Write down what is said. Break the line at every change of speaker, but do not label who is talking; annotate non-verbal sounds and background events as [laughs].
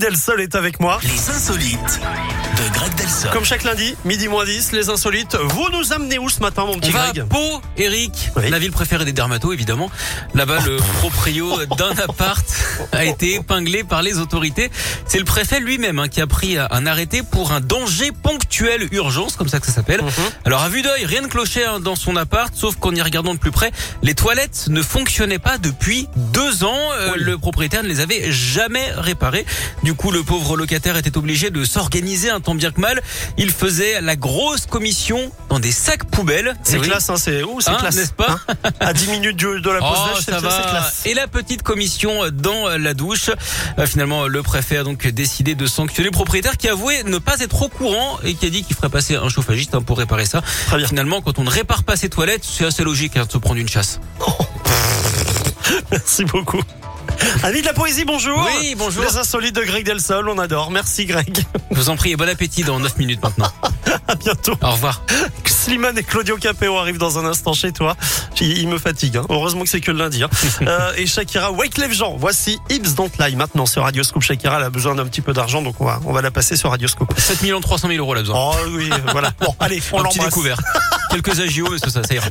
Delsol est avec moi.
Les insolites de Greg Delsol.
Comme chaque lundi, midi moins 10, les insolites. Vous nous amenez où ce matin, mon
On
petit
va à
Greg
Pau, Eric,
Oui. Ah.
la ville préférée des dermatos évidemment. Là-bas, le proprio
[laughs]
d'un appart a été épinglé par les autorités. C'est le préfet lui-même hein, qui a pris un arrêté pour un danger ponctuel urgence, comme ça que ça
Mmh.
s'appelle. Alors à vue d'œil, rien de clocher hein, dans son appart, sauf qu'en y regardant de plus près, les toilettes ne fonctionnaient pas depuis deux ans. Euh, Le propriétaire ne les avait jamais réparées. Du coup, le pauvre locataire était obligé de s'organiser un tant bien que mal. Il faisait la grosse commission dans des sacs poubelles.
C'est
Eh oui.
classe, hein, c'est où C'est
Hein,
classe.
n'est-ce pas
Hein à 10 minutes du- de la pause
Oh,
déj, c'est
ça
c'est
va.
classe.
Et la petite commission dans la douche. Euh, Finalement, le préfet a donc décidé de sanctionner le propriétaire qui avouait ne pas être au courant et qui a dit qu'il ferait passer un chauffagiste hein, pour réparer ça.
Très bien.
Finalement, quand on ne répare pas ses toilettes, c'est assez logique hein, de se prendre une chasse.
Merci beaucoup. Amis de la poésie, bonjour.
Oui, bonjour.
Les insolites de Greg Delsol, on adore. Merci Greg. [laughs]
Je vous en prie et bon appétit dans 9 minutes maintenant.
À bientôt.
Au revoir.
Slimane et Claudio Capéo arrivent dans un instant chez toi. Ils ils me fatiguent. hein. Heureusement que c'est que le
[laughs]
lundi. hein. Euh, et Shakira, wake les gens. Voici Hips Don't Lie. Maintenant, sur Radio Scoop, Shakira, elle a besoin d'un petit peu d'argent, donc on va, on va la passer sur Radio Scoop.
7 300 000 euros là besoin.
Oh oui, voilà. Bon, allez, on
[laughs] un petit
l'embrasse.
découvert. Quelques agios, mais c'est ça, ça ira.